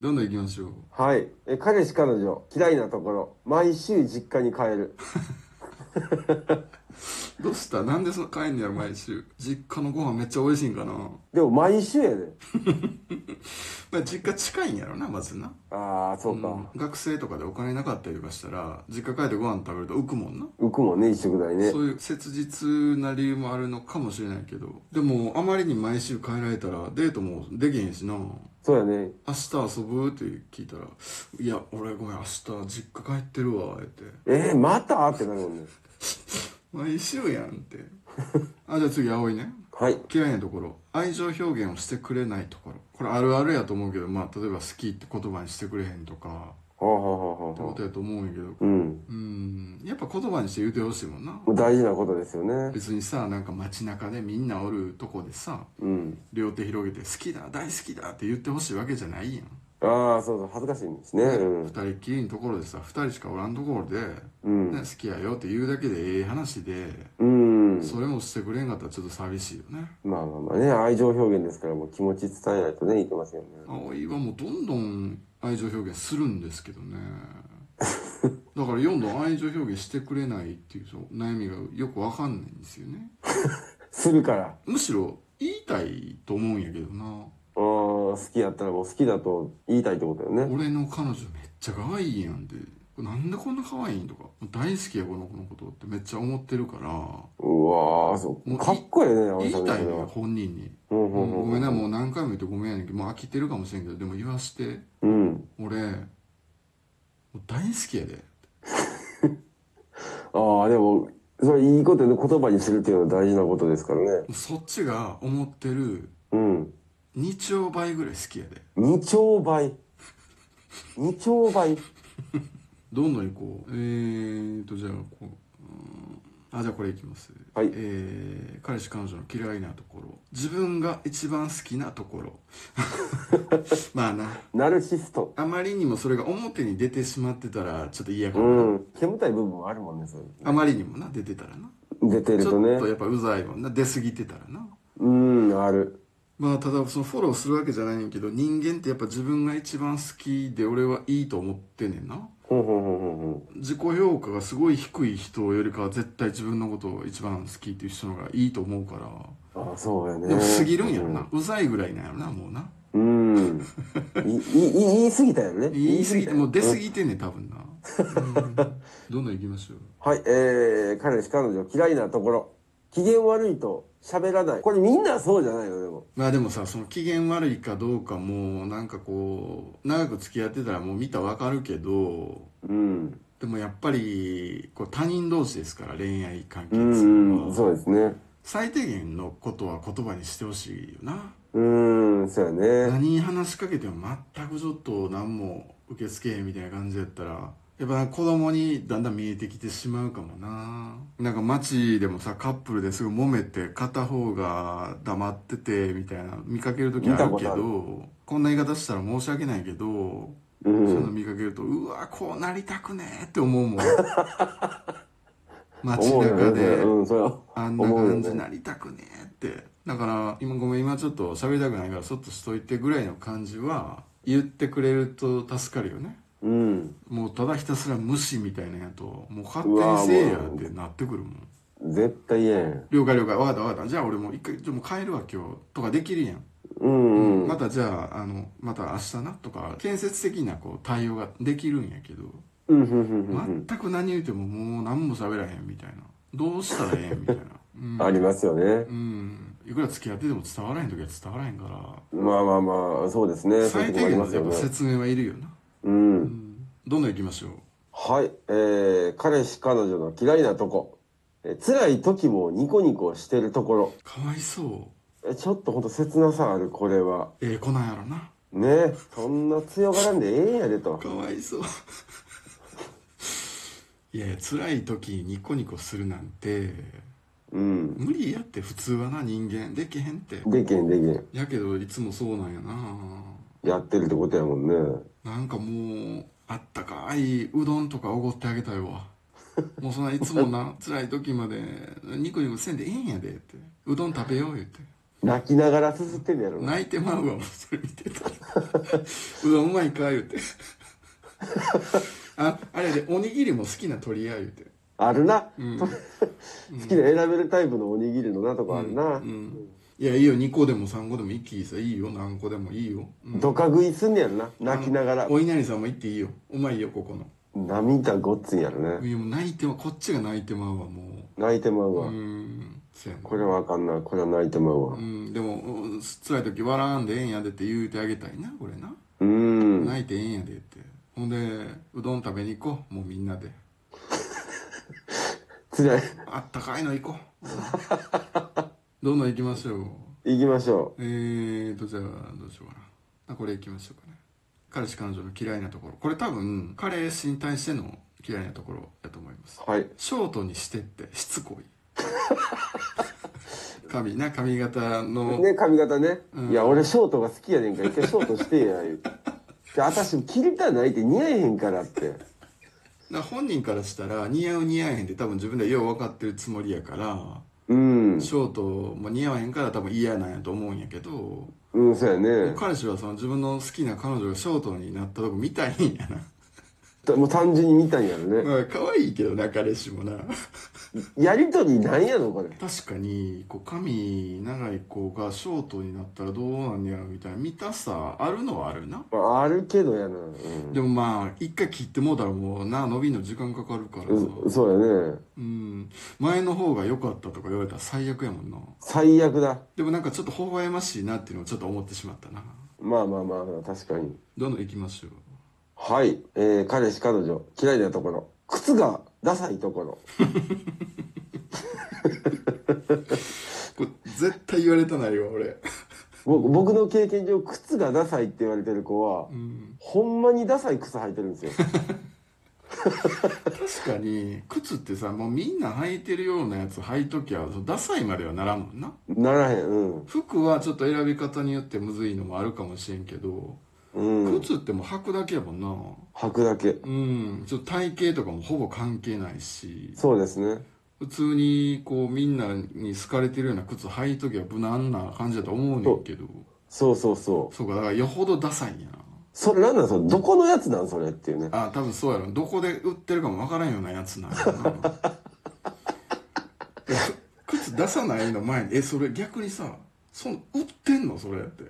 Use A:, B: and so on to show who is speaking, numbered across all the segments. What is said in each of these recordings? A: どんどん行きましょう。
B: はい。え、彼氏彼女、嫌いなところ、毎週実家に帰る。
A: どうしたなんでその帰んねやろ、毎週。実家のご飯めっちゃ美味しいんかな。
B: でも毎週やで。
A: まあ、実家近いんやろな、まずな。
B: ああ、そうか。
A: うん学生とかでお金なかったりとかしたら、実家帰ってご飯食べると浮くもんな。
B: 浮くもんね、一食代ね。
A: そういう切実な理由もあるのかもしれないけど。でも、あまりに毎週帰られたら、デートもできへんしな。
B: そうやね。
A: 明日遊ぶって聞いたら、いや、俺ごめん、明日実家帰ってるわ、って。
B: えー、またってなるもんね。
A: 毎週やん って。あ、じゃあ次、葵ね。
B: はい。
A: 嫌いなところ愛情表現をしてくれないところこれあるあるやと思うけどまあ例えば好きって言葉にしてくれへんとか
B: ほうほうほうほう
A: って
B: ほ
A: ことやと思うんやけど
B: う。うん。
A: うんやっぱ言葉にして言うてほしいもんな
B: もう大事なことですよね。
A: 別にさなんか街中でみんなおるとこでさ
B: うん。
A: 両手広げて「好きだ大好きだ」って言ってほしいわけじゃないやん
B: ああ、そうそう、恥ずかしいんですね。
A: 二人っきりのところでさ二人しかおらんところで、
B: うん。
A: ね、好きやよって言うだけでええ話で
B: うん。うん。
A: それもしてくれんかったらちょっと寂しいよね
B: まあまあまあね、愛情表現ですから、もう気持ち伝えないとね、いけませんよね。
A: 葵はもうどんどん愛情表現するんですけどねだからどんどん愛情表現してくれないっていうその悩みがよくわかんないんですよね
B: するから。ああ、
A: むしろ言いたいと思うんやけどな
B: 好きやったらもう好きだと言いたいってことだよね。
A: 俺の彼女めっちゃ可愛いやんってなんでこんな可愛いんとか大好きやこの子のことってめっちゃ思ってるから
B: うわあ、そう。かっこいいね、
A: 言いたい
B: それ
A: のよ
B: は。
A: 本人に、
B: うんう
A: うん
B: うん
A: ごめんなもう何回も言ってごめんやねんけどもう飽きてるかもしれんけどでも言わして
B: うん。
A: 俺もう大好きやで
B: ああ、でも、それいいことで言葉にするっていうのは大事なことですからね。
A: そっちが思ってる
B: うん。
A: 2兆倍ぐらい好きやで。
B: 二兆倍。二兆倍。
A: どんどん行こう。えーと、じゃあ、こう。うーんあ、じゃあこれいきます。
B: はい
A: えー、彼氏彼女の嫌いなところ。自分が一番好きなところ。 まあな。
B: ナルシスト。
A: あまりにもそれが表に出てしまってたら、ちょっと嫌か
B: う
A: もな。
B: ん。煙たい部分はあるもんね、それ。
A: あまりにもな、出てたらな。
B: 出てる
A: ち
B: と
A: ょっと
B: ね。
A: やっぱうざいもんな。出過ぎてたらな。
B: うん、ある。
A: まあただそのフォローするわけじゃないねんけど人間ってやっぱ自分が一番好きで俺はいいと思ってんねんな
B: ほんほんほんほんほん。
A: 自己評価がすごい低い人よりかは絶対自分のことを一番好きっていう人の方がいいと思うから
B: ああ、そうやね。
A: でも過ぎるんやろな、うざいぐらいなんやろなもうな
B: うん。い、い、い言い過ぎたよね。
A: 言い過ぎて
B: 言
A: もう出過ぎてんねん多分な、うんどんどんいきましょう
B: はい、えー、彼氏彼女嫌いなところ。機嫌悪いと喋らない。これみんなそうじゃないのでも。
A: まあでもさその機嫌悪いかどうかもうなんかこう長く付き合ってたらもう見たらわかるけど
B: うん。
A: でもやっぱりこう他人同士ですから恋愛関係
B: う
A: するの
B: ん、
A: は
B: うん、そうですね。
A: 最低限のことは言葉にしてほしいよな
B: うん、そうやね。
A: 何話しかけても全くちょっと何も受け付けへんみたいな感じやったらやっぱ子供にだんだん見えてきてしまうかもななんか街でもさカップルですごい揉めて片方が黙っててみたいな見かける時あ
B: 見た
A: る
B: こ
A: け
B: とある
A: どこんな言い方したら申し訳ないけど、
B: う
A: そういうの
B: ん。
A: 見かけるとうわこうなりたくねえって思 うもん街
B: 思う
A: 中
B: よ
A: で、
B: ね。うん、そうや。
A: あんな感じなりたくねえって、だから今ごめん今ちょっと喋りたくないからそっとしといてぐらいの感じは言ってくれると助かるよね
B: うん。
A: もうただひたすら無視みたいなんやともう勝手にせえやってなってくるもん
B: 絶対嫌やん。
A: 了解了解わかったわかったじゃあ俺もう一回じゃあもう帰るわ今日とかできるやん、
B: うん、うん。
A: またじゃああのまた明日なとか建設的なこう対応ができるんやけど
B: うん、うん、うん、
A: 全く何言ってももう何も喋らへんみたいなどうしたらええんみたいな、うん
B: うん。ありますよね
A: う。ん、いくら付き合ってても伝わらへん時は伝わらへんか
B: まあまあまあ、そうです
A: ら
B: ね。そうい
A: 最
B: うとこ
A: 低
B: あり
A: 限
B: ま
A: の
B: す
A: や
B: よ
A: っぱ
B: ね。
A: 説明はいるよな、
B: う。
A: うんん、どんどん行きましょう
B: はい、えー、彼氏彼女の嫌いなとこ、えー辛い時もニコニコしてるところ、
A: かわいそう
B: えーちょっとほんと切なさある、これは。
A: ええ子なんやろな
B: ねそんな強がらんでええやでと。
A: かわいそう いや辛い時ニコニコするなんて
B: うん。
A: 無理やって普通はな人間できへんって
B: でけんでけ
A: やけどいつもそうなんや
B: ん。やってるってことやもんね。
A: ななんかもうあったかいうどんとかおごってあげたい わもうそんないつもな辛い時までニコニコせんでええんやでってうどん食べよう言って
B: 泣きながらすすってんのやろな。
A: 泣いてまうわもうそれ見てたら うどんうまいか言うてああれでおにぎりも好きな鳥や言うて
B: あるな。
A: ん
B: 好きな選べるタイプのおにぎりのなとかあるな。
A: うんいやいいよ2個でも3個でも一気にさいいよ何個でもいいよ、うん
B: どか食いすんねやろな。泣きながら。
A: お稲荷さんも行っていいようまいよここの
B: 涙ごっつんやろね。
A: いやもう泣いてまこっちが泣いてまうわも
B: 泣いてまう
A: うう
B: わ。
A: んそやな
B: これはあかんな。これは泣いてまうわ
A: う。んでもうん辛い時笑わんでええんやでって言うてあげたいなこれな
B: うーん。
A: 泣いてええんやでってほんでうどん食べに行こうもうみんなで
B: 辛い。
A: あったかいの行こう どんどん行きましょう
B: 行きましょ
A: えーとじゃあどうしようかなあこれ行きましょうかね彼氏彼女の嫌いなところこれ多分彼氏に対しての嫌いなところだと思います
B: う。はい。
A: ショートにしてってしつこい髪な髪型の
B: ね、髪型ね。いや、俺ショートが好きやねんから、一回ショートして や、言うて。で私、切りたないって似合えへんからって。
A: な本人からしたら似合う似合えへんって多分自分でよう分かってるつもりやから
B: うん。
A: ショートも似合わへんから多分嫌なんやと思うんやけど
B: うん、そうやね。
A: 彼氏はその自分の好きな彼女がショートになったとこ見たいんやな
B: もう単純に見たんやろね。
A: まあ可愛いけどな彼氏もな
B: やりとりなんやろ、これ。
A: 確かにこう髪長い子がショートになったらどうなんやろみたいな見たさあるのはあるな
B: まあ、あるけどやな。うん
A: でもまあ一回切ってもうたらもうな伸びんの時間かかるからさ
B: うそうやね。
A: うん前の方が良かったとか言われたら最悪やもんな
B: 最悪だ。
A: でもなんかちょっと微笑ましいなっていうのをちょっと思ってしまったな
B: まあまあまあ、確かに。
A: どんどん行きましょう
B: はい。えー、彼氏、彼女、嫌いなところ。靴がダサいところ。
A: これ絶対言われたないわ俺
B: 僕僕の経験上、靴がダサいって言われてる子は、
A: うん
B: ほんまにダサい靴履いてるんですよ。
A: 確かに靴ってさもうみんな履いてるようなやつ履いときゃそのダサいまではならんもんな
B: ならへん。うん。
A: 服はちょっと選び方によってむずいのもあるかもしれんけど
B: うん。
A: 靴ってもう履くだけやもんな
B: 履くだけ。
A: うんちょっと体型とかもほぼ関係ないし
B: そうですね。
A: 普通にこうみんなに好かれてるような靴履いときは無難な感じだと思うねんけど
B: そうそうそう。
A: そうかだからよほどダサいんやな
B: それなんなんそれどこのやつなんそれっていうね。
A: あ多分そうやろどこで売ってるかもわからんようなやつなん やな靴出さないの前にえそれ逆にさその売ってんのそれって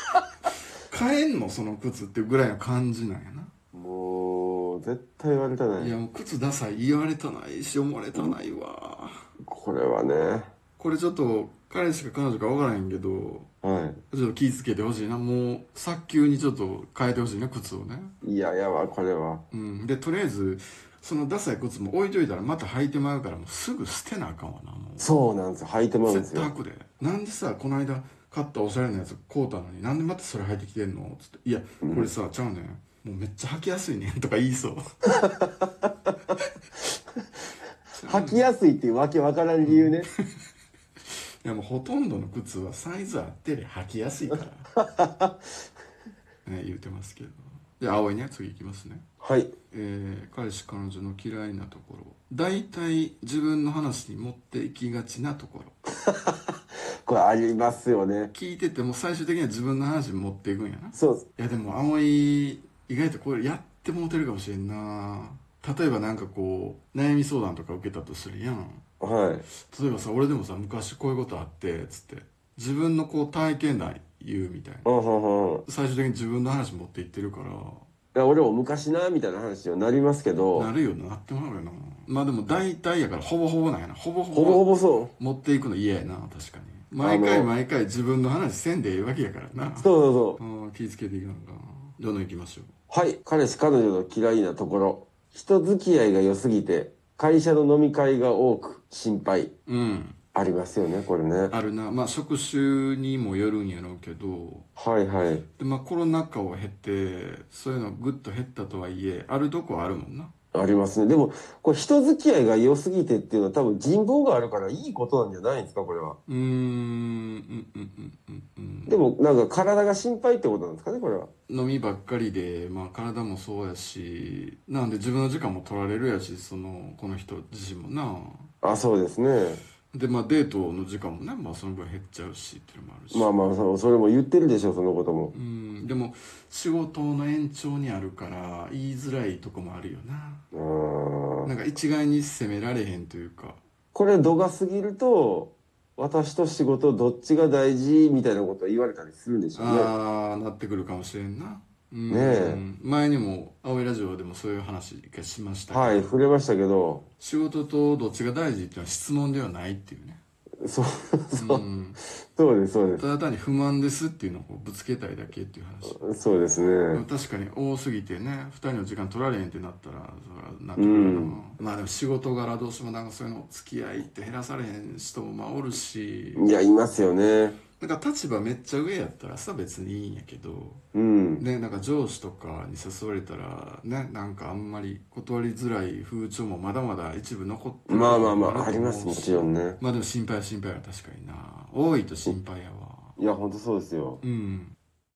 A: 買えんのその靴っていうぐらいの感じなんやな
B: もう、絶対言われたない
A: や
B: い。
A: もう靴ダサい言われたないし思われたないわ
B: これはね。
A: これちょっと彼氏か彼女かわからへんけど
B: はい。
A: ちょっと気ぃつけてほしいなもう早急にちょっと変えてほしいな靴をね
B: いややわこれは
A: うん、でとりあえずそのダサい靴も置いといたらまた履いてまうからもうすぐ捨てなあかんわなも
B: そうなんですよ履いてま
A: う
B: うんで
A: 絶
B: す
A: 対
B: よ
A: 履くでなんでさこの間買ったおしゃれなやつ買うたのになんでまたそれ履いてきてんのつって「いやこれさ、ちゃうねんもうめっちゃ履きやすいねん」とか言いそう
B: 履きやすいっていうわけわからん理由ね、
A: いやもうほとんどの靴はサイズ合ってりゃ履きやすいから、 ね、言うてますけどで葵ね次いきますね
B: はい
A: えー彼氏彼女の嫌いなところ大体自分の話に持っていきがちなところ
B: これありますよね
A: 聞いてても最終的には自分の話に持っていくんやない
B: そう
A: やでも葵意外とこれやってもうてるかもしれんな例えばなんかこう悩み相談とか受けたとするやん
B: はい
A: 例えばさ俺でもさ昔こういうことあってつって自分のこう体験談言うみたいな
B: うんうんうんい
A: 最終的に自分の話持っていってるから
B: や俺も昔なみたいな話にはなりますけど
A: なるよななってもらうよなまあでも大体やからほぼほぼなんやなほぼほぼ
B: ほぼほぼそ
A: 持っていくの嫌やな確かに毎
B: あ
A: 回
B: の
A: 毎回自分の話せんでええわけやからな
B: うそうそうそ
A: うん気ぃつけていかなあかんどんどんいきましょう
B: うはい彼氏彼女の嫌いなところ人付き合いが良すぎて会社の飲み会が多く心配
A: うん
B: ありますよねこれね
A: あるなまあ職種にもよるんやろうけど
B: はいはい
A: で、まあ、コロナ禍を経てそういうのぐっと減ったとはいえあるとこはあるもんな
B: ありますねでもこれ人付き合いが良すぎてっていうのは多分人望があるからいいことなんじゃないんですかこれは
A: うーんうんうんうんうんうん
B: でもなんか体が心配ってことなんですかねこれは
A: 飲みばっかりで、まあ、体もそうやしなんで自分の時間も取られるやしそのこの人自身もな
B: あそうですね
A: でまあデートの時間もね、まあ、その分減っちゃうしっていうのもあるし、
B: まあまあそそれも言ってるでしょそのことも
A: うんでも仕事の延長にあるから言いづらいとこもあるよな
B: うーん
A: なんか一概に責められへんというか
B: これ度が過ぎると私と仕事どっちが大事みたいなこと言われたりするんでしょうね
A: ああなってくるかもしれんな、うん
B: ねえ
A: 前にも「青いラジオ」でもそういう話一回しましたけど、
B: はい触れましたけど
A: 仕事とどっちが大事っていうのは質問ではないっていうね、
B: そうそう
A: うん、
B: そうですそう
A: ただ単に不満ですっていうのをこうぶつけたいだけっていう話
B: ですそうですね
A: でも確かに多すぎてね2人の時間取られへんってなったらそれはなってくるな、
B: うん
A: まあでも仕事柄どうしてもなんかそういうの付き合いって減らされへん人もまあおるし
B: いやいますよね
A: なんか立場めっちゃ上やったらさ別にいいんやけど
B: うん
A: ねなんか上司とかに誘われたらねなんかあんまり断りづらい風潮もまだまだ一部残ってる
B: まあまあまあ
A: る
B: あ
A: と
B: り
A: 思
B: ま
A: う
B: す
A: し
B: もちろんね
A: まあでも心配は心配は確かにな多いと心配やわ
B: いや本当そうですよ
A: うん